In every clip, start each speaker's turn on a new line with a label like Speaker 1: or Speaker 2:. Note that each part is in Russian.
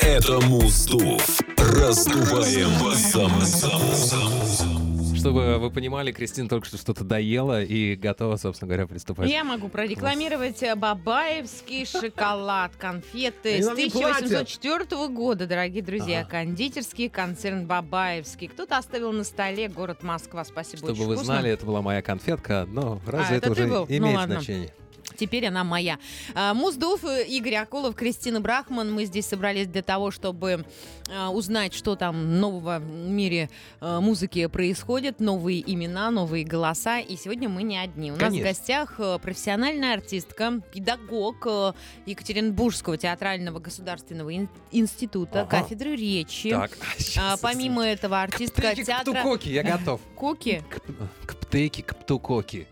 Speaker 1: Это Муздув. Раздуваем сам сам
Speaker 2: Чтобы вы понимали, Кристина только что что-то доела и готова, собственно говоря, приступать.
Speaker 3: Я могу прорекламировать э, бабаевский шоколад, конфеты
Speaker 4: Они
Speaker 3: с
Speaker 4: нам не платят.
Speaker 3: 1804 года, дорогие друзья. Кондитерский концерн Бабаевский. Кто-то оставил на столе город Москва. Спасибо,
Speaker 2: Чтобы
Speaker 3: очень
Speaker 2: вы
Speaker 3: вкусно.
Speaker 2: знали, это была моя конфетка, но разве
Speaker 3: А,
Speaker 2: это,
Speaker 3: это
Speaker 2: уже
Speaker 3: ты был? Ну
Speaker 2: имеет
Speaker 3: ладно.
Speaker 2: значение?
Speaker 3: Теперь она моя. А, Муздов, э, Игорь Акулов, Кристина Брахман. Мы здесь собрались для того, чтобы а, узнать, что там нового в мире э, музыки происходит, новые имена, новые голоса. И сегодня мы не одни. У
Speaker 2: Конечно.
Speaker 3: нас в гостях э, профессиональная артистка, педагог э, Екатеринбургского театрального государственного ин- института,
Speaker 2: Ага.
Speaker 3: кафедры речи.
Speaker 2: Так,
Speaker 3: А,
Speaker 2: сейчас,
Speaker 3: помимо этого,
Speaker 2: извините.
Speaker 3: артистка
Speaker 2: Птыки,
Speaker 3: театра
Speaker 2: ктукоки, я готов.
Speaker 3: Коки.
Speaker 2: К п- к птеки, к птукоки.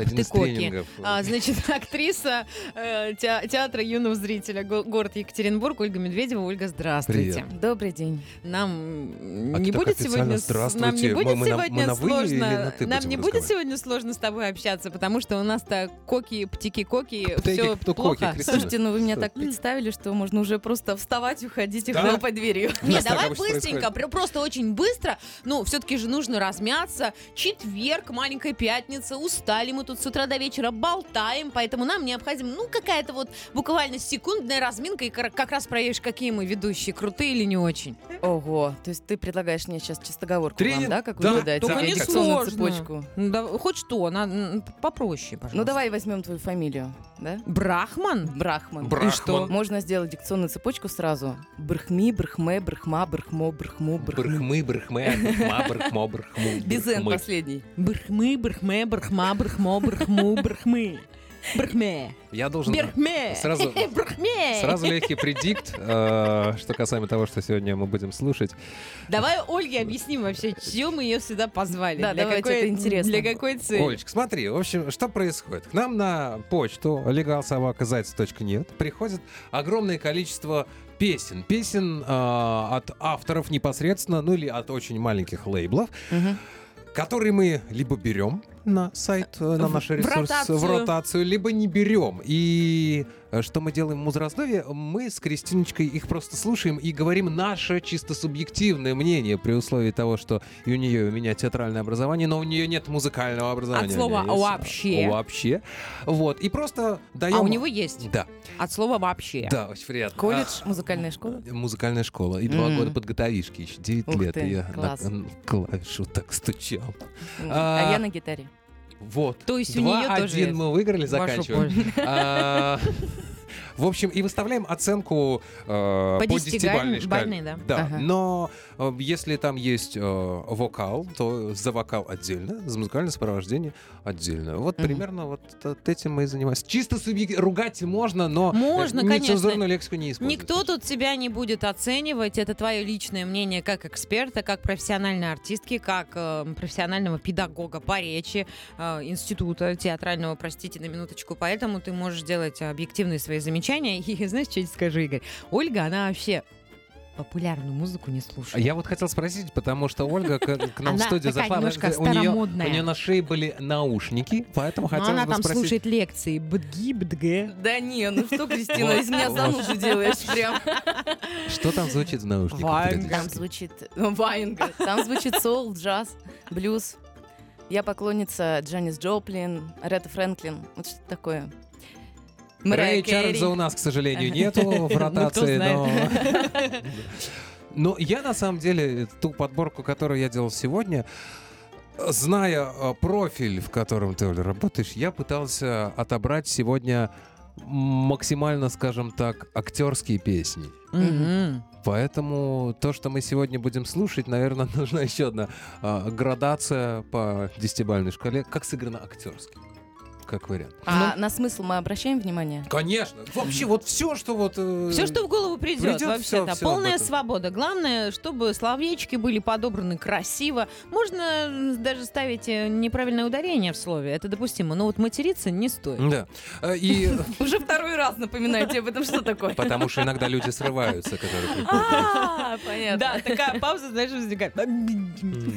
Speaker 2: Это один из
Speaker 3: Птыкоки.
Speaker 2: тренингов.
Speaker 3: А, значит, актриса э, те- театра юного зрителя го- город Екатеринбург Ольга Медведева. Ольга, здравствуйте.
Speaker 5: Добрый день.
Speaker 3: Нам м,
Speaker 2: А ты
Speaker 3: не
Speaker 2: так
Speaker 3: будет
Speaker 2: официально
Speaker 3: сегодня, с- нам
Speaker 2: «Здравствуйте». Мы-
Speaker 3: не будет
Speaker 2: мы на- мы
Speaker 3: сегодня
Speaker 2: на «вы» или на
Speaker 3: сложно,
Speaker 2: «ты»
Speaker 3: нам
Speaker 2: будем
Speaker 3: не будет
Speaker 2: разговаривать?
Speaker 3: сегодня сложно с тобой общаться, потому что у нас то коки, птики, коки,
Speaker 2: Птеки,
Speaker 3: все
Speaker 2: птукоки,
Speaker 3: плохо.
Speaker 2: Кристина.
Speaker 5: Слушайте, ну вы меня
Speaker 2: Что?
Speaker 5: так представили, что можно уже просто вставать, уходить и
Speaker 2: Да?
Speaker 5: хлопать дверью.
Speaker 3: Не,
Speaker 2: нас так
Speaker 3: давай
Speaker 2: обычно
Speaker 3: быстренько,
Speaker 2: происходит.
Speaker 3: пр- просто очень быстро. Ну, все-таки же нужно размяться. Четверг, маленькая пятница, устали мы тут с утра до вечера, болтаем, поэтому нам необходима, ну, какая-то вот буквально секундная разминка, и кар- как раз проверишь, какие мы ведущие, крутые или не очень.
Speaker 5: Ого, то есть ты предлагаешь мне сейчас чистоговорку,
Speaker 2: Тренинг?
Speaker 5: нам, да,
Speaker 2: Да,
Speaker 5: какую-то дать?
Speaker 3: только не
Speaker 5: Реакционную
Speaker 3: сложно.
Speaker 5: цепочку.
Speaker 3: Ну, да, хоть что, на- м, попроще, пожалуйста.
Speaker 5: Ну давай возьмем твою фамилию, да?
Speaker 3: Брахман?
Speaker 5: Брахман.
Speaker 2: Брахман.
Speaker 3: И что?
Speaker 5: Можно сделать дикционную цепочку сразу. Брхми, брхме, брхма, брхмо, брхму, брхму.
Speaker 2: Брхмы, брхме, брхма, брхмо, брхму.
Speaker 5: Без «н»
Speaker 2: брхмы.
Speaker 5: последний.
Speaker 3: Брхмы, брхме, брхма, брхмо, брхму, брхмы. Брхме.
Speaker 2: Я должен
Speaker 3: Брхме.
Speaker 2: сразу-
Speaker 3: Брхме.
Speaker 2: сразу легкий предикт, э, что касаемо того, что сегодня мы будем слушать.
Speaker 3: Давай Ольге объясним вообще, чем мы ее сюда позвали.
Speaker 5: Да, давайте,
Speaker 3: какой-
Speaker 5: это интересно.
Speaker 3: Для какой цели?
Speaker 2: Олечка, смотри, в общем, что происходит? К нам на почту legalsobakazaitz.нет приходит огромное количество песен. Песен э, от авторов непосредственно, ну или от очень маленьких лейблов,
Speaker 5: Мгм.
Speaker 2: которые мы либо берем на сайт, э, на
Speaker 3: В-
Speaker 2: наш
Speaker 3: в
Speaker 2: ресурс,
Speaker 3: ротацию.
Speaker 2: в ротацию, либо не берем. И э, что мы делаем в Музраздове? Мы с Кристиночкой их просто слушаем и говорим наше чисто субъективное мнение при условии того, что и у нее, и у меня театральное образование, но у нее нет музыкального образования.
Speaker 3: От слова
Speaker 2: У меня есть,
Speaker 3: «вообще».
Speaker 2: э, Вообще. Вот. И просто даем...
Speaker 3: А у него есть.
Speaker 2: Да,
Speaker 3: От слова вообще.
Speaker 2: да, очень приятно.
Speaker 5: Колледж, музыкальная школа?
Speaker 2: А, Музыкальная школа. И два
Speaker 5: М.
Speaker 2: года подготовишки еще. Девять
Speaker 5: Ух
Speaker 2: лет.
Speaker 5: ты,
Speaker 2: И я на-
Speaker 5: класс.
Speaker 2: на клавишу так стучал.
Speaker 5: М,
Speaker 2: А.
Speaker 5: А я на гитаре.
Speaker 2: Вот.
Speaker 3: То есть у
Speaker 2: Два,
Speaker 3: нее тоже
Speaker 2: один
Speaker 3: есть.
Speaker 2: мы выиграли,
Speaker 3: В вашу
Speaker 2: заканчиваем.
Speaker 3: пользу.
Speaker 2: А, В общем, и выставляем оценку э, по
Speaker 3: десятибалльной
Speaker 2: десятибалльной
Speaker 3: бальной,
Speaker 2: шкале.
Speaker 3: да.
Speaker 5: Ага.
Speaker 2: но э, если там есть э, вокал, то за вокал отдельно, за музыкальное сопровождение отдельно. Вот
Speaker 5: Мгм.
Speaker 2: примерно вот э, этим мы и занимаемся. Чисто субъек- ругать можно, но э,
Speaker 3: Можно, конечно.
Speaker 2: нецензурную лексику не использовать.
Speaker 3: Никто тут тебя не будет оценивать. Это твое личное мнение как эксперта, как профессиональной артистки, как э, профессионального педагога по речи, э, института театрального, простите, на минуточку. Поэтому ты можешь делать объективные свои замечания. И знаешь, что я тебе скажу, Игорь? Ольга, она вообще популярную музыку не слушает.
Speaker 2: Я вот хотел спросить, потому что Ольга к, к нам
Speaker 3: Она
Speaker 2: в студию
Speaker 3: такая
Speaker 2: зашла, она-
Speaker 3: немножко
Speaker 2: у нее, у
Speaker 3: старомодная.
Speaker 2: нее на шее были наушники, поэтому
Speaker 3: Но
Speaker 2: хотелось
Speaker 3: Ну, она
Speaker 2: бы
Speaker 3: там
Speaker 2: спросить,
Speaker 3: слушает лекции. Бдги, бдг.
Speaker 5: Да не, ну что, Кристина,
Speaker 2: Вот,
Speaker 5: из меня
Speaker 2: вот.
Speaker 5: зануду делаешь прям.
Speaker 2: что там звучит в наушниках?
Speaker 3: Ванга.
Speaker 2: периодически?
Speaker 5: Там звучит вайнга, там звучит соул, джаз, блюз. Я поклонница Джанис Джоплин, Ретта Фрэнклин. Вот что такое.
Speaker 2: Рэй
Speaker 5: Мэрайя
Speaker 2: Чарльза у
Speaker 5: Кэрри. Ну,
Speaker 2: нас, к сожалению, нету в ротации, но... Но я, на самом деле, ту подборку, которую я делал сегодня, зная э, профиль, в котором ты, Оля, работаешь, я пытался отобрать сегодня максимально, скажем так, актерские песни.
Speaker 3: Мгм.
Speaker 2: Поэтому то, что мы сегодня будем слушать, наверное, нужна еще одна э, градация по десятибальной шкале. Как сыграно актерски? Как вариант.
Speaker 5: А на смысл мы обращаем внимание?
Speaker 2: Конечно. Вообще, вот все, что вот... э,
Speaker 3: Все, что в голову придет,
Speaker 2: придёт всё-
Speaker 3: вообще-то.
Speaker 2: всё об
Speaker 3: Полная
Speaker 2: этом.
Speaker 3: свобода. Главное, чтобы словечки были подобраны красиво. Можно м, даже ставить э, неправильное ударение в слове. Это допустимо. Но вот материться не стоит.
Speaker 2: Да. Э, И
Speaker 5: Уже второй раз напоминаю тебе об этом, что такое.
Speaker 2: потому что иногда люди срываются, которые приходят.
Speaker 5: А, понятно.
Speaker 3: такая пауза, знаешь, возникает.
Speaker 2: М,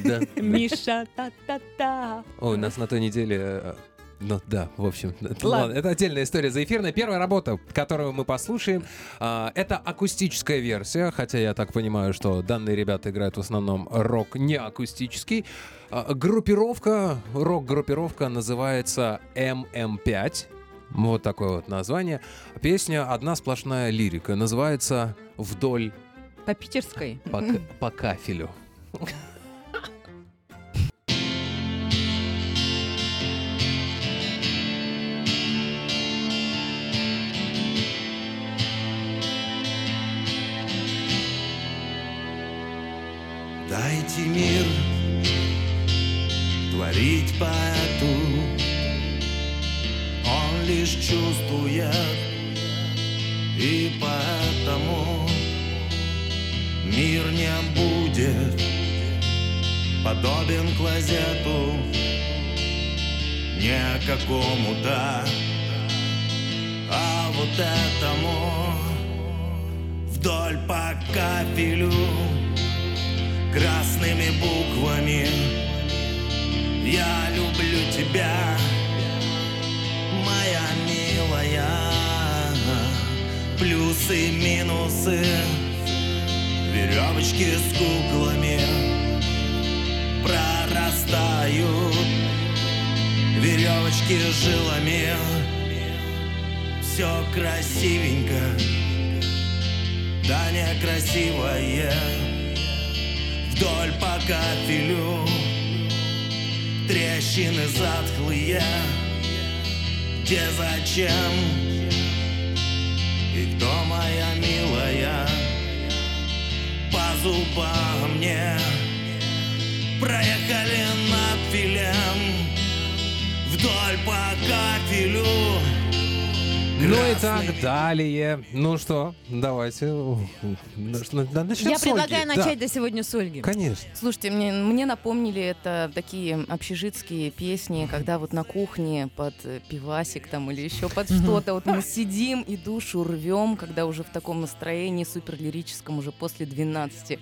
Speaker 2: да, да.
Speaker 3: Миша, та-та-та.
Speaker 2: Ой, у нас на той неделе э, Ну да, в общем, это,
Speaker 5: Ладно.
Speaker 2: ладно, это отдельная история за эфирная. Первая работа, которую мы послушаем, а, это акустическая версия, хотя я так понимаю, что данные ребята играют в основном рок не акустический. А, группировка, рок-группировка называется ММ5. Вот такое вот название. Песня «Одна сплошная лирика». Называется «Вдоль
Speaker 3: По питерской.
Speaker 2: по, к- по кафелю».
Speaker 4: Дайте мир творить поэту Он лишь чувствует И поэтому Мир не будет Подобен клозету Не какому-то А вот этому Вдоль по капелю красными буквами Я люблю тебя, моя милая Плюсы, минусы, веревочки с куклами Прорастают веревочки с жилами Все красивенько, да некрасивое Вдоль по кафелю Трещины затхлые Где зачем И кто моя милая По зубам мне Проехали над филем Вдоль по кафелю
Speaker 2: Ну и
Speaker 4: Красными
Speaker 2: так далее. Ну что, давайте. у- у- на- на- начнем
Speaker 3: Я
Speaker 2: с Ольги.
Speaker 3: предлагаю
Speaker 2: Да,
Speaker 3: начать до сегодня с Ольги.
Speaker 2: Конечно.
Speaker 5: Слушайте, мне, мне напомнили это такие общежитские песни, когда вот на кухне под э, пивасик там или еще под что-то вот мы сидим и душу рвем, когда уже в таком настроении супер лирическом уже после 12.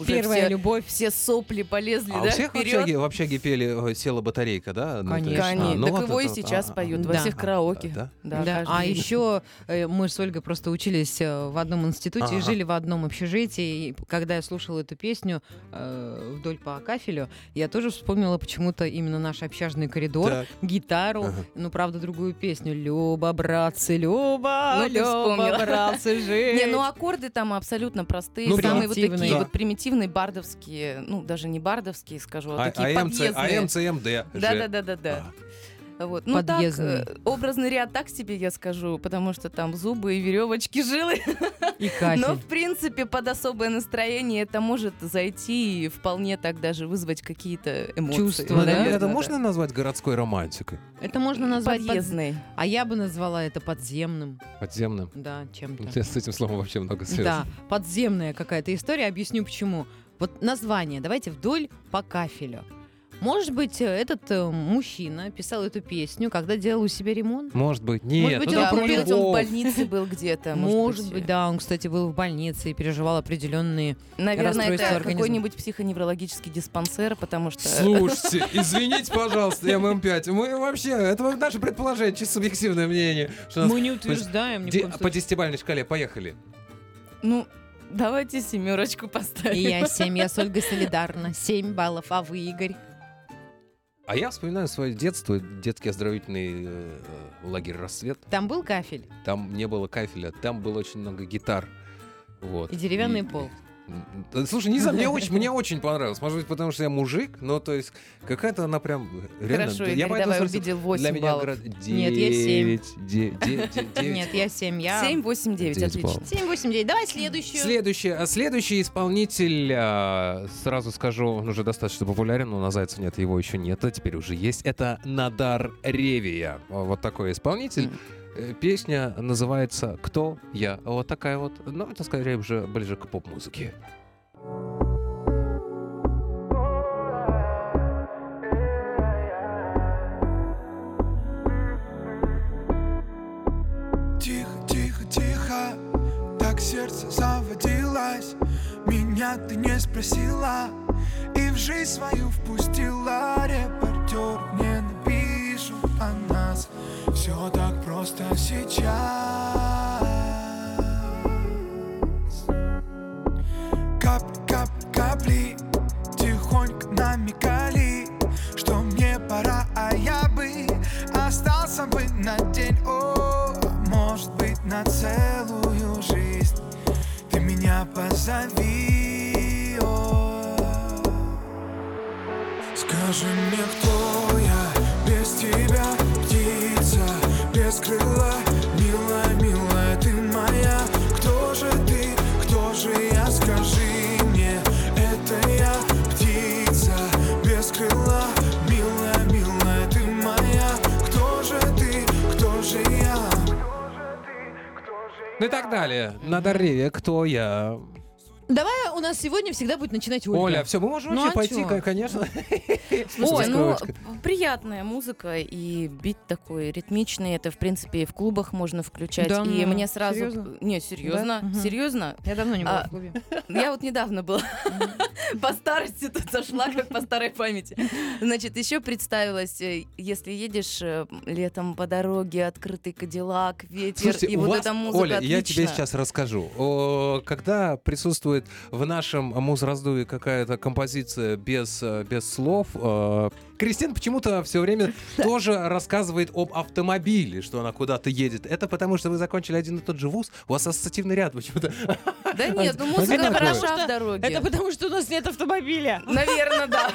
Speaker 5: Уже
Speaker 3: Первая
Speaker 5: все,
Speaker 3: любовь.
Speaker 5: все сопли полезли,
Speaker 2: А у
Speaker 5: да,
Speaker 2: всех в
Speaker 5: вперед.
Speaker 2: общаге, в общаге пели э, «Села батарейка», да? Ну, то есть-
Speaker 3: Конечно.
Speaker 5: Конечно.
Speaker 2: а, ну
Speaker 5: так
Speaker 2: вот
Speaker 5: его и
Speaker 2: это вот,
Speaker 5: сейчас
Speaker 2: а, а,
Speaker 5: поют
Speaker 2: а,
Speaker 5: во
Speaker 3: Да.
Speaker 5: всех караоке.
Speaker 2: Да?
Speaker 5: Да,
Speaker 3: Да,
Speaker 5: каждый
Speaker 3: А
Speaker 5: день.
Speaker 3: еще э, мы с Ольгой просто учились э, в одном институте и
Speaker 2: Ага.
Speaker 3: жили в одном общежитии. И когда я слушала эту песню э, вдоль по кафелю, я тоже вспомнила почему-то именно наш общажный коридор,
Speaker 2: Так.
Speaker 3: гитару,
Speaker 2: Ага.
Speaker 3: ну правда другую песню. Люба, братцы, Люба,
Speaker 5: Ну, ты
Speaker 3: Люба,
Speaker 5: вспомнила.
Speaker 3: братцы, жить.
Speaker 5: Не, ну аккорды там абсолютно простые,
Speaker 2: Ну,
Speaker 5: самые вот
Speaker 3: примитивные.
Speaker 5: такие
Speaker 2: Да.
Speaker 5: вот примитивные бардовские, ну даже не бардовские, скажу, а,
Speaker 2: А-
Speaker 5: такие
Speaker 2: АМЦ,
Speaker 5: подъездные.
Speaker 2: АМЦ,
Speaker 5: Да, да, да, да, да. Вот. Ну
Speaker 3: Подъездный.
Speaker 5: так, э, образный ряд так себе я скажу, потому что там зубы и веревочки, жилы.
Speaker 3: и
Speaker 5: Но
Speaker 3: кафель.
Speaker 5: в принципе под особое настроение это может зайти и вполне так даже вызвать какие-то эмоции.
Speaker 3: Чувства,
Speaker 2: Ну,
Speaker 3: да?
Speaker 5: наверное,
Speaker 2: Это можно назвать городской романтикой?
Speaker 3: Это можно назвать... под-
Speaker 5: подъездный.
Speaker 3: А я бы назвала это подземным,
Speaker 2: Подземным?
Speaker 3: да, чем-то.
Speaker 2: Я с этим словом вообще много
Speaker 3: Да,
Speaker 2: связано.
Speaker 3: подземная какая-то история. Объясню почему. Вот название. Давайте вдоль по кафелю. Может быть, э, этот э, мужчина писал эту песню, когда делал у себя ремонт?
Speaker 2: Может быть, нет.
Speaker 3: быть,
Speaker 2: ну там
Speaker 3: он
Speaker 5: Да,
Speaker 2: про
Speaker 5: может быть, он в
Speaker 2: любовь.
Speaker 5: больнице был где-то.
Speaker 3: может, быть, да. Он, кстати, был в больнице и переживал определенные.
Speaker 5: Наверное,
Speaker 3: Расстройство
Speaker 5: это
Speaker 3: организма.
Speaker 5: какой-нибудь психоневрологический диспансер, потому что...
Speaker 2: Слушайте, извините, пожалуйста, ММ5. Мы вообще, это наше предположение, чисто субъективное мнение. что нас-
Speaker 3: не
Speaker 2: утверждаем Ди- По десятибальной шкале, поехали.
Speaker 5: Ну, давайте семерочку
Speaker 3: И
Speaker 5: поставим.
Speaker 3: я семь, я с Ольгой солидарна. Семь баллов, а вы, Игорь?
Speaker 2: А я вспоминаю свое детство, детский оздоровительный э, лагерь «Рассвет».
Speaker 3: Там был кафель
Speaker 2: Там не было кафеля, там было очень много гитар. Вот.
Speaker 3: и деревянный пол.
Speaker 2: М, да, Слушай, не знаю, мне очень, мне очень понравилось. Может быть, потому что я мужик, но то есть какая-то она прям э, реально.
Speaker 5: Хорошо,
Speaker 2: да,
Speaker 5: Игорь,
Speaker 2: поэтому
Speaker 5: давай
Speaker 2: спросил,
Speaker 5: убедил
Speaker 2: для
Speaker 5: 8
Speaker 2: меня
Speaker 5: баллов.
Speaker 2: гра-
Speaker 3: Нет, я семь.
Speaker 2: девять, де- де- де- девять.
Speaker 3: Нет, я семь, я...
Speaker 5: 7, 8, 9,
Speaker 2: Девять
Speaker 5: отлично.
Speaker 2: баллов.
Speaker 3: Семь, восемь, девять. Давай следующую.
Speaker 2: Следующий, а, следующий исполнитель, а, сразу скажу, он уже достаточно популярен, но на Зайца нет, его еще нет, а теперь уже есть. Это Надар Ревия. А, Вот такой исполнитель. Э, Песня называется «Кто я?». Вот такая вот, ну, это скорее уже ближе к поп-музыке.
Speaker 4: Тихо, тихо, тихо, так сердце заводилось Меня ты не спросила и в жизнь свою впустила Репортер не напишу о нас Все так просто сейчас Кап, кап, капли Тихонько намекали Что мне пора, а я бы Остался бы на день О, может быть на целую жизнь Ты меня позови о. Скажи мне, кто я без тебя, птица, без крыла, милая, милая, ты моя. Кто же ты, кто же я, скажи мне, это я, птица, без крыла, милая, милая, ты моя. Кто же ты, кто же я?
Speaker 2: Ну и так далее. На Дарье, кто я?
Speaker 3: Давай у нас сегодня всегда будет начинать Ольга.
Speaker 2: Оля, все, мы можем
Speaker 3: Ну,
Speaker 2: вообще
Speaker 3: а
Speaker 2: пойти,
Speaker 3: чё?
Speaker 2: ко- конечно.
Speaker 5: Ой, ну,
Speaker 2: Раскрывочка.
Speaker 5: приятная музыка и бит такой ритмичный. Это, в принципе, и в клубах можно включать.
Speaker 3: Да ну,
Speaker 5: и мне сразу...
Speaker 3: серьезно?
Speaker 5: Не, серьезно,
Speaker 3: Да? Мгм.
Speaker 5: серьезно.
Speaker 3: Я давно не была
Speaker 5: А,
Speaker 3: в клубе.
Speaker 5: Я вот недавно была по старости тут зашла, как по старой памяти. Значит, еще представилась, э, если едешь э, летом по дороге, открытый кадиллак, ветер,
Speaker 2: Слушайте,
Speaker 5: и
Speaker 2: у
Speaker 5: вот
Speaker 2: вас,
Speaker 5: эта музыка
Speaker 2: Оля, я тебе
Speaker 5: отлично.
Speaker 2: сейчас расскажу. О, Когда присутствует в нашем музраздуве какая-то композиция без, э, без слов, э, Кристина почему-то все время тоже рассказывает об автомобиле, что она куда-то едет. Это потому, что вы закончили один и тот же вуз, у вас ассоциативный ряд почему-то.
Speaker 5: Да нет, ну музыка
Speaker 2: Одинаково.
Speaker 5: хороша в дороге.
Speaker 3: Это потому, что у нас нет автомобиля.
Speaker 5: Наверное, да.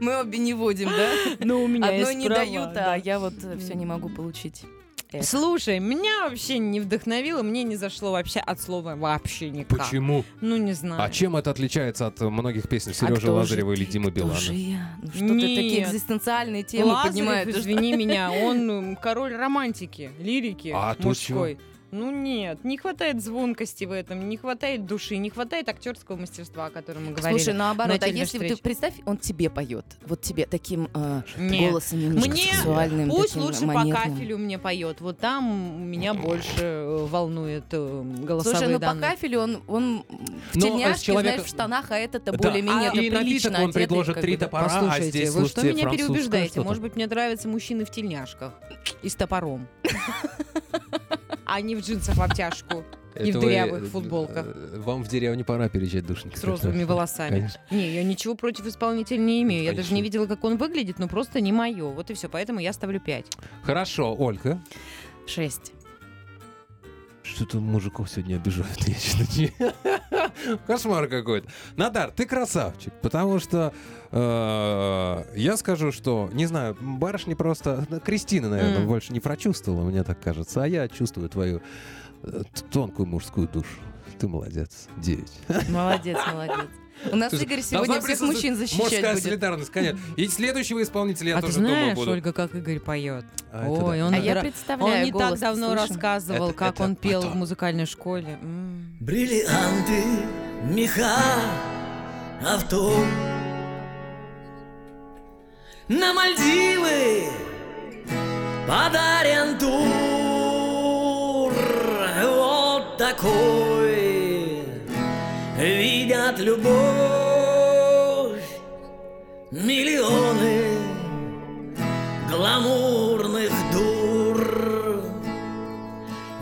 Speaker 5: Мы обе не водим, да?
Speaker 3: Но Ну, у меня
Speaker 5: Одно не дают, а я вот все не могу получить. Э.
Speaker 3: Слушай, меня вообще не вдохновило, мне не зашло вообще от слова вообще никак.
Speaker 2: Почему?
Speaker 3: Ну, не знаю.
Speaker 2: А чем это отличается от э, многих песен
Speaker 5: А
Speaker 2: Сережи
Speaker 5: кто же
Speaker 2: Лазарева или
Speaker 5: ты,
Speaker 2: Димы
Speaker 5: кто
Speaker 2: Билана?
Speaker 5: же я? Ну что ты
Speaker 3: Нет.
Speaker 5: такие экзистенциальные темы
Speaker 3: Лазарев,
Speaker 5: поднимаешь? Ты ж-
Speaker 3: извини меня, он м, король романтики, лирики
Speaker 2: А тут
Speaker 3: мужской. Ну нет, не хватает звонкости в этом, не хватает души, не хватает актерского мастерства, о котором мы говорили.
Speaker 5: Слушай, наоборот, а
Speaker 3: начальной
Speaker 5: если ты
Speaker 3: встрече.
Speaker 5: представь, он тебе поет, вот тебе таким э,
Speaker 3: Нет.
Speaker 5: голосом немножко
Speaker 3: Мне
Speaker 5: сексуальным,
Speaker 3: Пусть
Speaker 5: таким
Speaker 3: лучше
Speaker 5: манерным.
Speaker 3: по кафелю мне поет. Вот там меня больше э, волнует э, голосовые
Speaker 5: Слушай, ну
Speaker 3: данные.
Speaker 5: по кафелю он, он в
Speaker 2: Ну,
Speaker 5: тельняшке,
Speaker 2: с человека-
Speaker 5: знаешь, в штанах, а этот-то
Speaker 2: Да,
Speaker 5: более-менее
Speaker 2: а и на
Speaker 5: прилично
Speaker 2: он
Speaker 5: одетый,
Speaker 2: предложит
Speaker 5: как
Speaker 2: три
Speaker 5: бы, да.
Speaker 2: топора, а
Speaker 3: Послушайте,
Speaker 2: здесь
Speaker 3: вы что
Speaker 2: слушайте
Speaker 3: меня
Speaker 2: французское
Speaker 3: переубеждаете?
Speaker 2: что-то.
Speaker 3: Может быть, мне нравятся мужчины в тельняшках и с топором. А не в джинсах в обтяжку, и в
Speaker 2: Это вы,
Speaker 3: дырявых
Speaker 2: э,
Speaker 3: футболках.
Speaker 2: э, Вам в деревне пора переезжать, душенька.
Speaker 3: С розовыми волосами.
Speaker 2: Конечно.
Speaker 3: Не, я ничего против исполнителя не имею. Я даже
Speaker 2: Конечно.
Speaker 3: не видела, как он выглядит, но просто не мое. Вот и все. Поэтому я ставлю 5.
Speaker 2: Хорошо, Ольга.
Speaker 5: Шесть.
Speaker 2: Что-то мужиков сегодня обижают вечно. Кошмар какой-то. Надар, ты красавчик, потому что э, я скажу, что, не знаю, барышни просто... ну, Кристина, наверное,
Speaker 3: Мгм.
Speaker 2: больше не прочувствовала, мне так кажется, а я чувствую твою э, т- тонкую мужскую душу. Ты молодец. Девять.
Speaker 5: Молодец, молодец. У нас
Speaker 2: Слушай,
Speaker 5: Игорь
Speaker 2: должна
Speaker 5: сегодня всех
Speaker 2: присутствовать
Speaker 5: мужчин
Speaker 2: Мужская
Speaker 5: защищать будет.
Speaker 2: солидарность, конечно. И следующего исполнителя я
Speaker 3: А ты
Speaker 2: тоже
Speaker 3: знаешь,
Speaker 2: думаю буду.
Speaker 3: Ольга, как Игорь поет?
Speaker 2: А, это
Speaker 3: Ой,
Speaker 2: да.
Speaker 3: он
Speaker 5: А я
Speaker 3: дра-
Speaker 5: представляю
Speaker 3: Он не так
Speaker 5: голос,
Speaker 3: давно
Speaker 5: слышу.
Speaker 3: рассказывал,
Speaker 2: Это-
Speaker 3: как
Speaker 2: это
Speaker 3: он пел в
Speaker 2: потом.
Speaker 3: музыкальной школе. М.
Speaker 6: Бриллианты, меха, авто На Мальдивы подарен тур Вот такой видят любовь Миллионы гламурных дур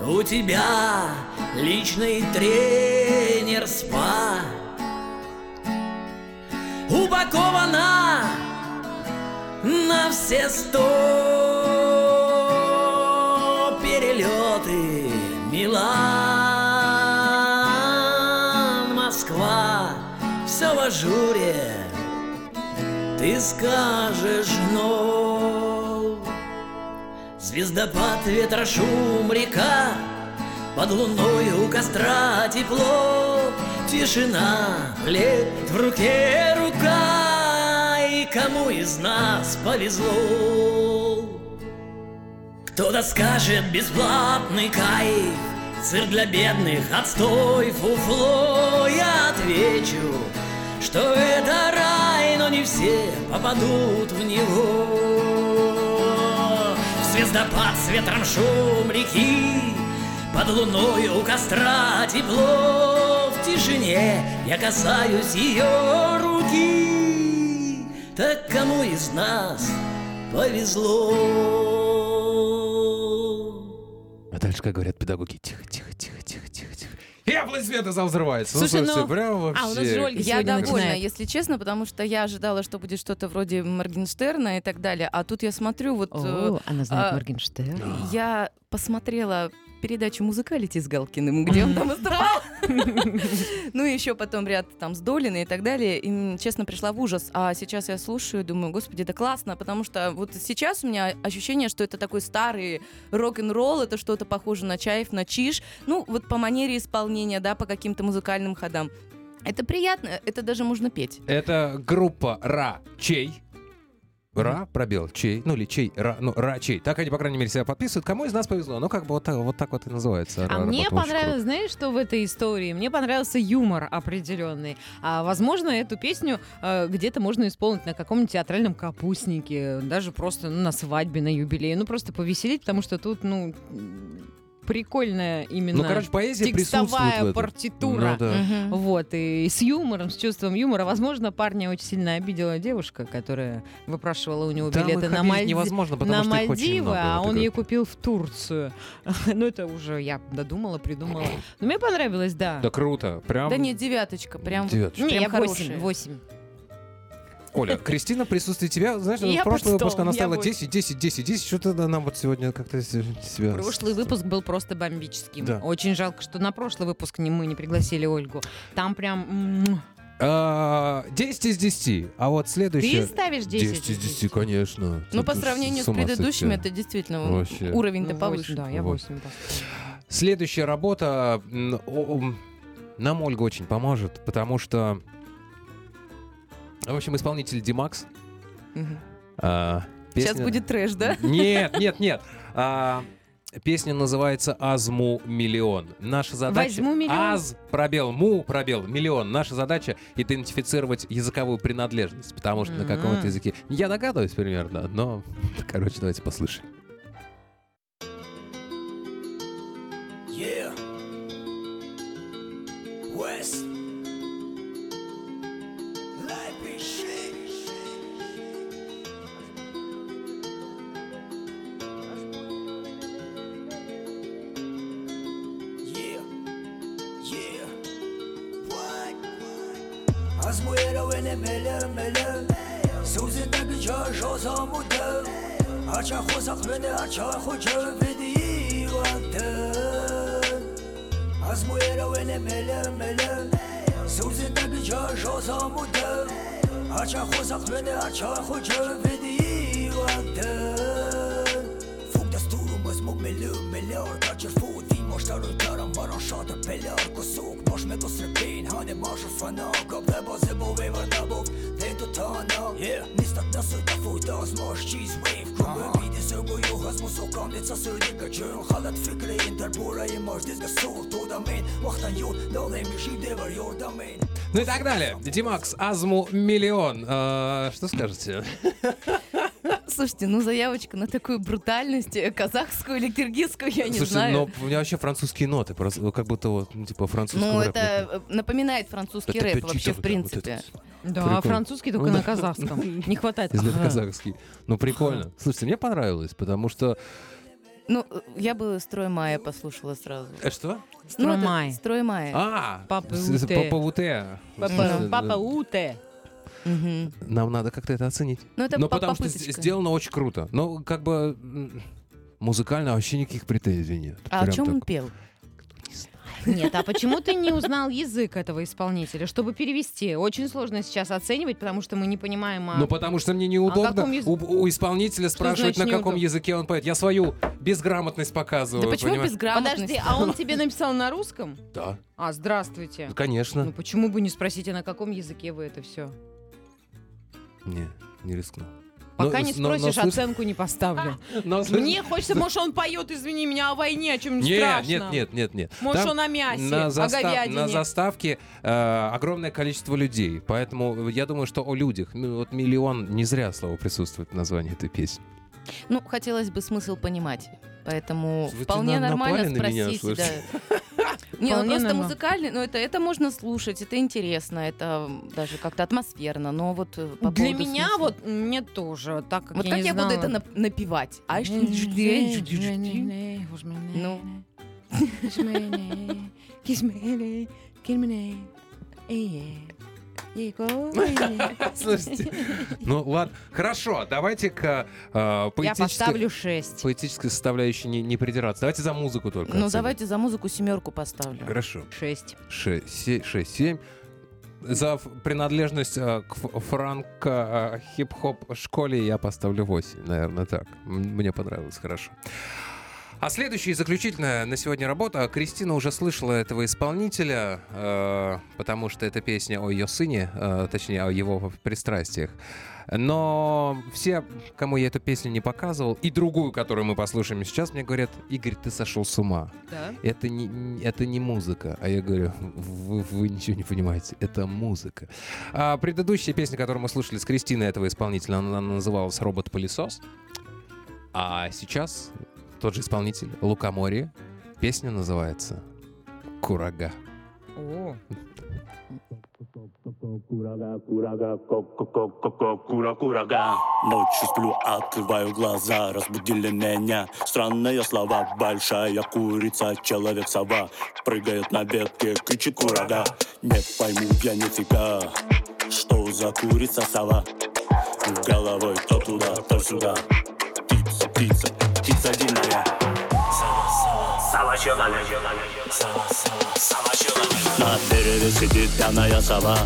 Speaker 6: у тебя личный тренер спа Упакована на все сто Перелеты, Милан, Москва Все в ажуре, ты скажешь но Звездопад, ветрошум, река Под луной у костра тепло Тишина, лет в руке рука И кому из нас повезло кто-то скажет бесплатный кайф Цирк для бедных, отстой, фуфло Я отвечу, что это рай Но не все попадут в него В Звездопад с ветром шум реки Под луной у костра тепло В тишине я касаюсь ее руки Так кому из нас повезло.
Speaker 7: А дальше, как говорят педагоги, тихо, тихо, тихо, тихо, тихо, тихо.
Speaker 2: И аплодисменты зал взрывается.
Speaker 8: Слушай,
Speaker 2: ну,
Speaker 8: ну-
Speaker 2: слушайте, прям вообще.
Speaker 8: А, у нас же Ольга
Speaker 5: Я
Speaker 8: сегодня
Speaker 5: довольна,
Speaker 8: начинает.
Speaker 5: если честно, потому что я ожидала, что будет что-то вроде Моргенштерна и так далее. А тут я смотрю, вот э,
Speaker 8: О, она знает
Speaker 5: а,
Speaker 8: Моргенштерн.
Speaker 5: я посмотрела передачу «Музыкалити» с Галкиным, где он там играл. Ну и еще потом ряд там с Долиной и так далее. И, м, честно, пришла в ужас. А сейчас я слушаю, думаю, господи, это классно, потому что вот сейчас у меня ощущение, что это такой старый рок-н-ролл, это что-то похоже на Чаев, на Чиш. Ну, вот по манере исполнения, да, по каким-то музыкальным ходам. Это приятно, это даже можно петь.
Speaker 2: Это группа Ра Чей. Ра, пробел, чей, ну или чей, ра, ну, ра, чей. Так они, по крайней мере, себя подписывают. Кому из нас повезло? Ну, как бы вот так вот, так вот и называется.
Speaker 3: А
Speaker 2: Ра-
Speaker 3: мне
Speaker 2: работа очень
Speaker 3: понравилось, знаешь, что в этой истории? Мне понравился юмор определенный. А, возможно, эту песню э, где-то можно исполнить на каком-нибудь театральном капустнике, даже просто ну, на свадьбе, на юбилее. Ну, просто повеселить, потому что тут, ну, м, прикольная
Speaker 2: круто.
Speaker 3: именно
Speaker 2: Ну, короче, поэзия присутствует в
Speaker 3: текстовая
Speaker 2: этом.
Speaker 3: партитура.
Speaker 2: Ну, да.
Speaker 5: Мгм.
Speaker 3: Вот, и с юмором, с чувством юмора. Возможно, парня очень сильно обидела девушка, которая выпрашивала у него
Speaker 2: Там
Speaker 3: билеты
Speaker 2: их
Speaker 3: на
Speaker 2: обидеть
Speaker 3: Мальдивы.
Speaker 2: невозможно, потому
Speaker 3: на
Speaker 2: что их очень
Speaker 3: Мальдивы,
Speaker 2: много в
Speaker 3: а
Speaker 2: этой
Speaker 3: он ее
Speaker 2: группе.
Speaker 3: купил в Турцию. Ну, это уже я додумала, придумала. Но мне понравилось, да.
Speaker 2: Да круто, прям.
Speaker 5: Да не, девяточка, прям
Speaker 2: Девяточка.
Speaker 3: Не,
Speaker 5: прям
Speaker 3: я
Speaker 5: хорошие.
Speaker 3: 8, 8.
Speaker 2: Оля, Кристина, в присутствии тебя, знаешь,
Speaker 8: Я
Speaker 2: в прошлый
Speaker 8: под
Speaker 2: выпуск
Speaker 8: стол,
Speaker 2: она
Speaker 8: я
Speaker 2: стала
Speaker 8: вот.
Speaker 2: 10, 10, 10, 10. Что-то она нам вот сегодня как-то с- себя...
Speaker 3: Прошлый выпуск был просто бомбическим.
Speaker 2: Да.
Speaker 3: Очень жалко, что на прошлый выпуск не- мы не пригласили Ольгу. Там прям... м,
Speaker 2: А, 10 из 10. А вот следующее...
Speaker 3: Ты ставишь 10?
Speaker 2: 10 из 10, конечно.
Speaker 5: Ну,
Speaker 2: Тут
Speaker 5: по
Speaker 2: уж
Speaker 5: сравнению с
Speaker 2: ума сойти.
Speaker 5: предыдущими, это действительно
Speaker 2: Вообще.
Speaker 5: уровень-то
Speaker 3: Ну,
Speaker 5: повыше.
Speaker 3: восемь, Да, я
Speaker 2: Вот.
Speaker 3: 8
Speaker 2: Следующая работа м, о- м, нам Ольга очень поможет, потому что, в общем, исполнитель Димакс.
Speaker 5: Мгм.
Speaker 2: а,
Speaker 5: Сейчас
Speaker 2: песня-
Speaker 5: будет трэш, да?
Speaker 2: Нет, нет, нет. А, Песня называется «Азму миллион». Наша задача...
Speaker 3: Возьму миллион?
Speaker 2: Аз, пробел, му, пробел, миллион. Наша задача — идентифицировать языковую принадлежность, потому что на каком-то
Speaker 3: М.
Speaker 2: языке... Я догадываюсь примерно, но... Короче, давайте послушаем.
Speaker 6: Yeah. West. Leipzig. Yeah. Yeah. What? Az muero en el meler meler. Suzi da bir çocuğu zamuda. Aça kuzak beni aça hoca vedi vaktan. Az muero en el meler meler. Suzi da bir çocuğu zamuda. Aça kuzak beni aça hoca vedi vaktan. Fuk të sturë më smuk me lë me lër Ka që fu ti më shtarë të rëm Baron shatër pe lër Ku suk bosh me të srepin Hane ma shë fëna Ka dhe bo se bo vejvër të buk Dhe të të në Nistat nësë të fu të as ma shë qiz wave Ku më vidi së bu ju hës mu su kam Ditë sa së di ka qërën Halat fikre i ndërpura i më shë disë gësul Tu da men Vaktan ju Në dhe mi shqip dhe vërjur da men
Speaker 2: Ну и так далее. Димакс, Азму миллион. А, что скажете?
Speaker 5: Слушайте, ну заявочка на такую брутальность э, казахскую или киргизскую, я не
Speaker 2: Слушайте,
Speaker 5: знаю.
Speaker 2: но у меня вообще французские ноты, просто, ну, как будто вот, ну, типа французский
Speaker 5: Ну,
Speaker 2: рэп.
Speaker 5: это э, напоминает французский
Speaker 2: Это
Speaker 5: рэп
Speaker 2: петито
Speaker 5: вообще, в
Speaker 2: вот это вот
Speaker 5: принципе.
Speaker 2: это.
Speaker 3: Да,
Speaker 2: Прикольно.
Speaker 3: французский только
Speaker 2: Ну
Speaker 3: на
Speaker 2: да.
Speaker 3: казахском. Не хватает.
Speaker 2: Если это
Speaker 3: «ага».
Speaker 2: казахский. Ну, прикольно. Слушайте, мне понравилось, потому что...
Speaker 5: Ну, э, я бы «Строй мая» послушала сразу.
Speaker 2: Э, Что?
Speaker 5: Ну,
Speaker 3: «Строй
Speaker 5: это
Speaker 3: мая».
Speaker 5: «Строй мая».
Speaker 2: А!
Speaker 3: Папа
Speaker 2: с- с-
Speaker 3: Уте.
Speaker 2: Папа Уте.
Speaker 5: Папа-
Speaker 3: Папа Уте.
Speaker 5: Мгм.
Speaker 2: ну, Нам надо как-то это оценить.
Speaker 5: Ну, это
Speaker 2: Но
Speaker 5: по-
Speaker 2: потому что
Speaker 5: попыточка.
Speaker 2: сделано очень круто. Ну, как бы... м, Музыкально вообще никаких претензий нет.
Speaker 5: А о
Speaker 2: Прям
Speaker 5: чем
Speaker 2: так.
Speaker 5: он пел?
Speaker 3: Нет, а почему ты не узнал язык этого исполнителя, чтобы перевести? Очень сложно сейчас оценивать, потому что мы не понимаем. а,
Speaker 2: Ну, потому что мне неудобно
Speaker 3: каком яз-
Speaker 2: у, у исполнителя спрашивать,
Speaker 3: значит
Speaker 2: на каком
Speaker 3: неудобно?
Speaker 2: языке он поет. Я свою безграмотность показываю.
Speaker 5: Да почему
Speaker 2: понимаешь?
Speaker 5: безграмотность?
Speaker 3: Подожди, а он тебе написал на русском?
Speaker 2: Да,
Speaker 3: А, здравствуйте.
Speaker 2: ну, конечно.
Speaker 3: Ну почему бы не спросите, на каком языке вы это все?
Speaker 2: Ну, Не, не рискну.
Speaker 3: Пока
Speaker 2: Но-
Speaker 3: не
Speaker 2: но- но
Speaker 3: спросишь,
Speaker 2: слышно-
Speaker 3: оценку не поставлю.
Speaker 2: но слышно-
Speaker 3: А, Мне хочется, может, он поет, извини меня, о войне, о чем-нибудь
Speaker 2: Нет,
Speaker 3: страшном.
Speaker 2: нет, нет, нет, нет.
Speaker 3: Может,
Speaker 2: Там
Speaker 3: он о мясе,
Speaker 2: на,
Speaker 3: о
Speaker 2: застав-
Speaker 3: говядине.
Speaker 2: на заставке э, огромное количество людей. Поэтому я думаю, что о людях. Ну, вот миллион не зря слово присутствует в названии этой песни.
Speaker 5: Ну, хотелось бы смысл понимать. Поэтому
Speaker 2: Вы ты
Speaker 5: вполне
Speaker 2: на-
Speaker 5: нормально
Speaker 2: напали на меня,
Speaker 5: спросить. да.
Speaker 2: слушай.
Speaker 5: Не, ну
Speaker 3: Вполне
Speaker 5: просто
Speaker 3: нормально.
Speaker 5: музыкальный, но это, это можно слушать, это интересно, это м, даже как-то атмосферно, но вот э, по
Speaker 3: Для
Speaker 5: поводу
Speaker 3: меня
Speaker 5: смысла.
Speaker 3: вот мне тоже, так как
Speaker 5: Вот
Speaker 3: я
Speaker 5: как
Speaker 3: не
Speaker 5: я буду
Speaker 3: знала.
Speaker 5: это нап- напевать? А что?
Speaker 3: Ну. E
Speaker 2: Слушайте, ну ладно, хорошо, давайте-ка э,
Speaker 3: Я
Speaker 2: поэтической
Speaker 3: поставлю 6.
Speaker 2: поэтической составляющей не, не придираться. Давайте за музыку только.
Speaker 5: Ну
Speaker 2: оценим.
Speaker 5: давайте за музыку семерку поставлю.
Speaker 2: Хорошо.
Speaker 3: 6.
Speaker 2: 6-7. За ф- принадлежность э, к ф- франко э, хип-хоп школе я поставлю 8, наверное, так. М, Мне понравилось, хорошо. А следующая и заключительная на сегодня работа. Кристина уже слышала этого исполнителя, э, потому что это песня о ее сыне, э, точнее, о его пристрастиях. Но все, кому я эту песню не показывал, и другую, которую мы послушаем сейчас, мне говорят, Игорь, ты сошел с ума
Speaker 3: Да.
Speaker 2: это не- не, это не музыка. А я говорю, вы, вы ничего не понимаете, это музыка. А предыдущая песня, которую мы слушали с Кристиной этого исполнителя, она называлась «Робот-пылесос». А сейчас тот же исполнитель, Лука Мори, песня называется «Курага».
Speaker 3: О.
Speaker 4: Курага, курага, ко-ко-ко-ко-ко, кура-курага. Ночью сплю, открываю глаза, разбудили меня. Странные слова, большая курица, человек-сова. Прыгает на ветке, кричит курага. Не пойму я нифига, что за курица-сова. Головой то туда, то сюда. Птица, птица, птица дивная. Сова, сова, сова, человек. Сова, сова, сова, человек. На дереве сидит пьяная сова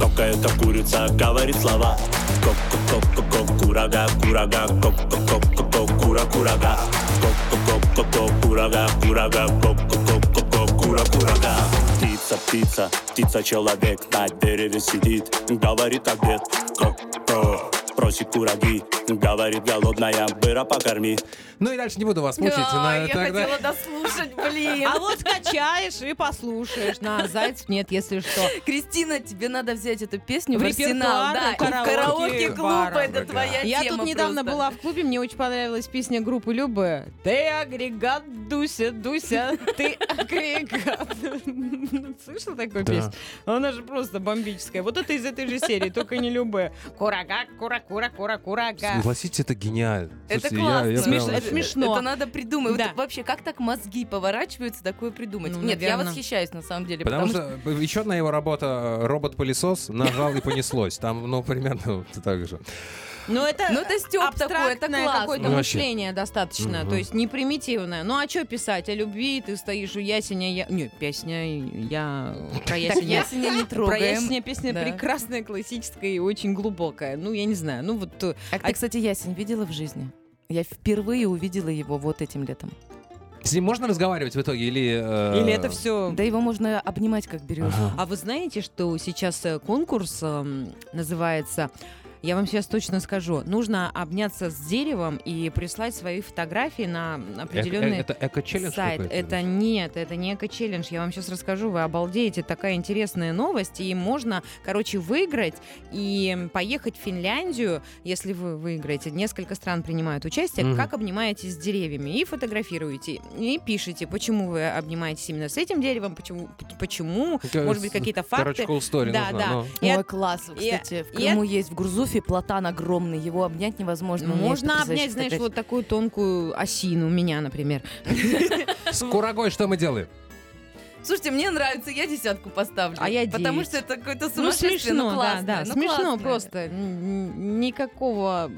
Speaker 4: Какая-то курица говорит слова Ко-ко-ко-ко-ко, курага, курага Ко-ко-ко-ко-ко, кура, курага Ко-ко-ко-ко-ко, курага, курага Ко-ко-ко-ко-ко, кура, курага Птица, птица, птица, человек На дереве сидит, говорит обед Ко-ко, просит кураги Говорит голодная, быра покорми
Speaker 2: Ну и дальше не буду вас мучить.
Speaker 5: Да,
Speaker 2: на-
Speaker 5: я
Speaker 2: ну, а тогда-
Speaker 5: хотела дослушать, блин.
Speaker 3: А вот скачаешь и послушаешь. На, зайцев нет, если что.
Speaker 5: Кристина, тебе надо взять эту песню в,
Speaker 3: В
Speaker 5: арсенал.
Speaker 3: репертуар, ну,
Speaker 5: Да, и в
Speaker 3: караоке,
Speaker 5: караоке-клуб,
Speaker 3: бар.
Speaker 5: это твоя
Speaker 3: Я
Speaker 5: тема
Speaker 3: тут недавно
Speaker 5: просто.
Speaker 3: была в клубе, мне очень понравилась песня группы Любы. Ты агрегат, Дуся, Дуся, ты агрегат. Слышал такую
Speaker 2: Да.
Speaker 3: песню? Она же просто бомбическая. Вот это из этой же серии, только не Любы. Курага, кура, кура, кура, курага.
Speaker 2: Согласитесь, это гениально.
Speaker 5: Это
Speaker 2: Слушайте, я-
Speaker 5: классно.
Speaker 2: я
Speaker 3: Смеш-
Speaker 2: прям-
Speaker 3: это смешно.
Speaker 5: Это надо придумать.
Speaker 3: Да.
Speaker 5: Вот вообще, как так мозги поворачиваются такое придумать?
Speaker 3: Ну,
Speaker 5: Нет, я
Speaker 3: наверное.
Speaker 5: восхищаюсь на самом деле.
Speaker 2: Потому что еще одна его работа э, «Робот-пылесос» нажал и понеслось. Там, ну, примерно вот так же.
Speaker 3: Ну это...
Speaker 5: Ну, это Степ такой, это
Speaker 3: абстрактное
Speaker 5: классно.
Speaker 3: какое-то
Speaker 2: Ну, вообще.
Speaker 3: мышление достаточно,
Speaker 2: Мгм.
Speaker 3: то есть не примитивное. Ну а что писать о любви, ты стоишь у ясеня, я... Не, песня, я... Про
Speaker 5: Так,
Speaker 3: ясеня.
Speaker 5: если не трогаем.
Speaker 3: Прояснение песня
Speaker 5: Да.
Speaker 3: прекрасная, классическая и очень глубокая. Ну, я не знаю. Ну, вот э,
Speaker 5: А ты, кстати, ясень видела в жизни? Я впервые увидела его вот этим летом.
Speaker 2: С ним можно разговаривать в итоге или... э,
Speaker 3: или это все.
Speaker 5: Да его можно обнимать как березу.
Speaker 2: Ага.
Speaker 3: А вы знаете, что сейчас э, конкурс эм, называется. Я вам сейчас точно скажу. Нужно обняться с деревом и прислать свои фотографии на
Speaker 2: Эко-
Speaker 3: определенный
Speaker 2: Это эко-челлендж
Speaker 3: сайт.
Speaker 2: какой-то?
Speaker 3: Это нет, это не эко-челлендж. Я вам сейчас расскажу, вы обалдеете. Такая интересная новость. И можно, короче, выиграть и поехать в Финляндию, если вы выиграете. Несколько стран принимают участие.
Speaker 2: Мгм.
Speaker 3: Как обнимаетесь с деревьями? И фотографируете, и пишите, почему вы обнимаетесь именно с этим деревом, почему, почему
Speaker 2: Это
Speaker 3: может быть, какие-то
Speaker 2: Э, короче,
Speaker 3: факты.
Speaker 2: cool story
Speaker 3: Да,
Speaker 2: нужна,
Speaker 3: да.
Speaker 2: но-
Speaker 3: И
Speaker 5: Ой, класс.
Speaker 3: и-
Speaker 5: Кстати, в
Speaker 3: и
Speaker 5: Крыму есть в Гурзуфе платан огромный. Его обнять невозможно. У меня есть
Speaker 3: Можно
Speaker 5: потрясающая
Speaker 3: обнять, знаешь, вот
Speaker 5: фотография.
Speaker 3: такую тонкую осину у меня, например.
Speaker 2: С курагой что мы делаем?
Speaker 5: Слушайте, мне нравится, я десятку поставлю.
Speaker 3: А я
Speaker 5: Потому
Speaker 3: девять.
Speaker 5: что это какое-то
Speaker 3: Ну,
Speaker 5: сумасшествие.
Speaker 3: смешно, да,
Speaker 5: классное,
Speaker 3: да.
Speaker 5: ну,
Speaker 3: Смешно
Speaker 5: классное.
Speaker 3: просто. Н- н- Никакого...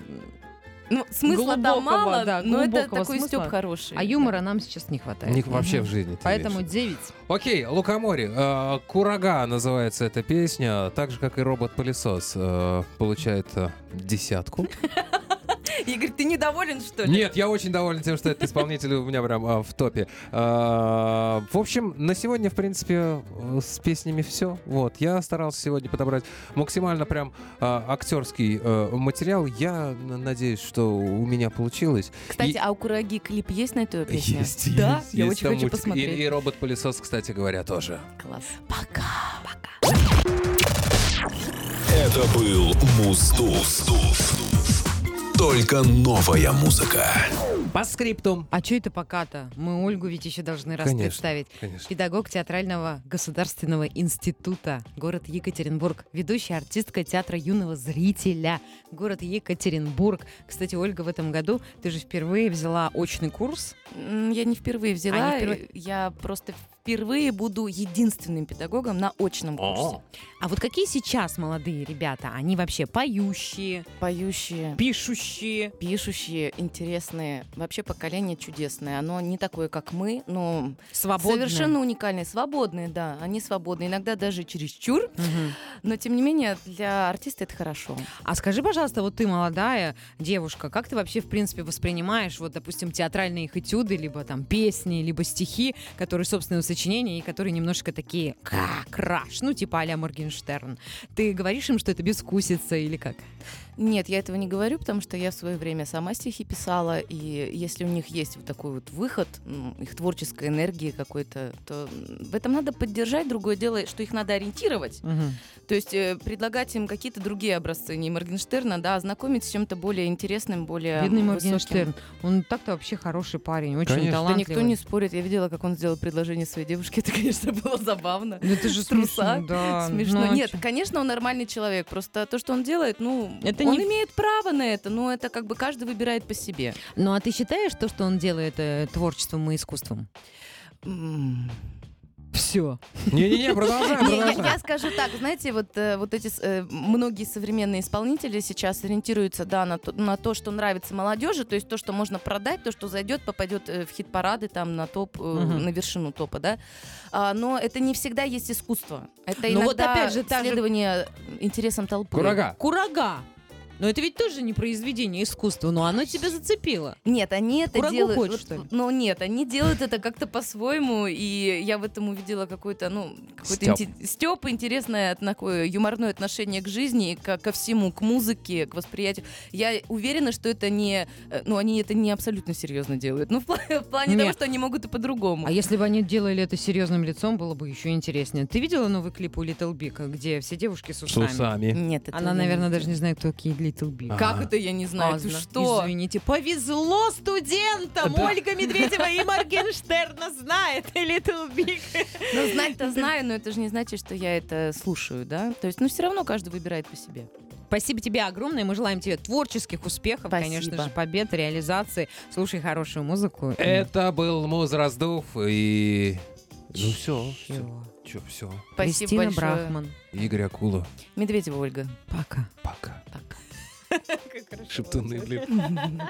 Speaker 5: Ну, смысла
Speaker 3: Глубокого,
Speaker 5: там мало,
Speaker 3: да,
Speaker 5: но это
Speaker 3: глубокого
Speaker 5: такой
Speaker 3: смысла.
Speaker 5: степ хороший.
Speaker 3: А юмора нам сейчас не хватает.
Speaker 2: Ник вообще в жизни. ты
Speaker 3: Поэтому
Speaker 2: имеешь.
Speaker 3: 9.
Speaker 2: Окей, Лукомори. э, Курага называется эта песня. Так же, как и робот-пылесос э, получает э, десятку.
Speaker 5: Игорь, ты недоволен, что ли?
Speaker 2: Нет, я очень доволен тем, что этот исполнитель у меня прям а, в топе. А, В общем, на сегодня, в принципе, э, с песнями все. Вот, я старался сегодня подобрать максимально прям а, актерский э, материал. Я н- надеюсь, что у меня получилось.
Speaker 5: Кстати,
Speaker 2: И-
Speaker 5: а у Кураги клип есть на эту песню?
Speaker 2: Есть,
Speaker 5: Да,
Speaker 2: есть,
Speaker 5: я
Speaker 2: есть
Speaker 5: очень
Speaker 2: там
Speaker 5: хочу
Speaker 2: мультик. И-
Speaker 5: посмотреть.
Speaker 2: И робот-пылесос, кстати говоря, тоже.
Speaker 5: Класс.
Speaker 9: Это был Муздуф.
Speaker 1: Только новая музыка.
Speaker 2: По скриптум.
Speaker 3: А что это пока-то? Мы Ольгу ведь еще должны раз
Speaker 2: Конечно,
Speaker 3: представить.
Speaker 2: конечно.
Speaker 3: Педагог Театрального государственного института, город Екатеринбург, ведущая артистка театра юного зрителя, город Екатеринбург. Кстати, Ольга, в этом году ты же впервые взяла очный курс.
Speaker 5: М, Я не впервые
Speaker 3: А,
Speaker 5: взяла,
Speaker 3: не впервые.
Speaker 5: и я просто впервые буду единственным педагогом на очном курсе.
Speaker 3: А вот какие сейчас молодые ребята? Они вообще поющие,
Speaker 5: Поющие,
Speaker 3: пишущие.
Speaker 5: пишущие, интересные, вообще поколение чудесное. Оно не такое, как мы, но
Speaker 3: Свободные.
Speaker 5: совершенно уникальные, свободные, да, они свободные, иногда даже чересчур,
Speaker 3: Мгм.
Speaker 5: но тем не менее для артиста это хорошо.
Speaker 3: А скажи, пожалуйста, вот ты молодая девушка, как ты вообще, в принципе, воспринимаешь, вот, допустим, театральные их этюды, либо там песни, либо стихи, которые собственного сочинения и которые немножко такие «ка, краш, ну, типа а-ля Моргенштерн. Ты говоришь им, что это бескусица или как?
Speaker 5: Нет, я этого не говорю, потому что я в свое время сама стихи писала, и если у них есть вот такой вот выход, м, их творческой энергии какой-то, то м, в этом надо поддержать. Другое дело, что их надо ориентировать, то есть э, предлагать им какие-то другие образцы, не Моргенштерна, да, а знакомить с чем-то более интересным, более
Speaker 3: Бедный
Speaker 5: высоким.
Speaker 3: Моргенштерн. Он так-то вообще хороший парень, очень
Speaker 2: Конечно. Да
Speaker 5: Да
Speaker 3: талантливый.
Speaker 5: никто не спорит. Я видела, как он сделал предложение своей девушке. Это, конечно, было забавно.
Speaker 3: Ну, это же
Speaker 5: в трусах.
Speaker 3: смешно, да.
Speaker 5: Смешно.
Speaker 3: Ну, а
Speaker 5: Нет,
Speaker 3: чё?
Speaker 5: конечно, он нормальный человек. Просто то, что он делает, ну,
Speaker 3: Это
Speaker 5: он
Speaker 3: не-
Speaker 5: имеет право на это, но это как бы каждый выбирает по себе.
Speaker 3: Ну, а ты считаешь то, что он делает э, творчеством и искусством?
Speaker 5: М.
Speaker 3: Все.
Speaker 2: Не-не-не, продолжай,
Speaker 5: Не, я,
Speaker 2: продолжай.
Speaker 5: я скажу так, знаете, вот, э, вот эти с- э, многие современные исполнители сейчас ориентируются, да, на то, на то, что нравится молодежи, то есть то, что можно продать, то, что зайдет, попадет э, в хит-парады, там, на топ, э,
Speaker 3: Мгм.
Speaker 5: на вершину топа, да. А, но это не всегда есть искусство. Это
Speaker 3: Ну
Speaker 5: иногда
Speaker 3: вот опять же, та же-
Speaker 5: следование интересам толпы.
Speaker 2: Курага.
Speaker 3: Курага. Но это ведь тоже не произведение искусства, но оно тебя зацепило.
Speaker 5: Нет, они это
Speaker 3: Курагу
Speaker 5: делают.
Speaker 3: хочешь, что ли?
Speaker 5: ну нет, они делают это как-то по-своему, и я в этом увидела какой-то, ну, какой-то
Speaker 2: Стёб.
Speaker 5: инте- стёб, интересное такое юморное отношение к жизни, и ко, ко всему, к музыке, к восприятию. Я уверена, что это не, э, ну, они это не абсолютно серьезно делают. Ну, в, пла- в плане того,
Speaker 3: Нет.
Speaker 5: что они могут и по-другому.
Speaker 3: А если бы они делали это серьезным лицом, было бы еще интереснее. Ты видела новый клип у Little Big, где все девушки с
Speaker 2: С
Speaker 3: усами?
Speaker 2: усами.
Speaker 5: Нет, это
Speaker 3: Она,
Speaker 5: я не
Speaker 3: наверное, даже
Speaker 5: видела.
Speaker 3: не Ну, знает, кто такие Little Big.
Speaker 2: А,
Speaker 5: Как
Speaker 2: Ага.
Speaker 5: это я не знаю? Ты
Speaker 3: Поздно.
Speaker 5: что?
Speaker 3: Извините, повезло студентам! Ольга Медведева и Моргенштерна знает Little Big.
Speaker 5: Ну, знать-то знаю, но это же не значит, что я это слушаю, да? То есть, ну, все равно каждый выбирает по себе.
Speaker 3: Спасибо тебе огромное. Мы желаем тебе творческих успехов,
Speaker 5: Спасибо.
Speaker 3: конечно же, побед, реализации. Слушай хорошую музыку.
Speaker 2: Это был Муз Раздув и... Ну все,
Speaker 3: Всё.
Speaker 2: все, все.
Speaker 5: Спасибо
Speaker 3: Кристина
Speaker 5: большое.
Speaker 3: Брахман.
Speaker 2: Игорь Акула.
Speaker 5: Медведева Ольга.
Speaker 3: Пока.
Speaker 2: Пока. Шептуны, блин.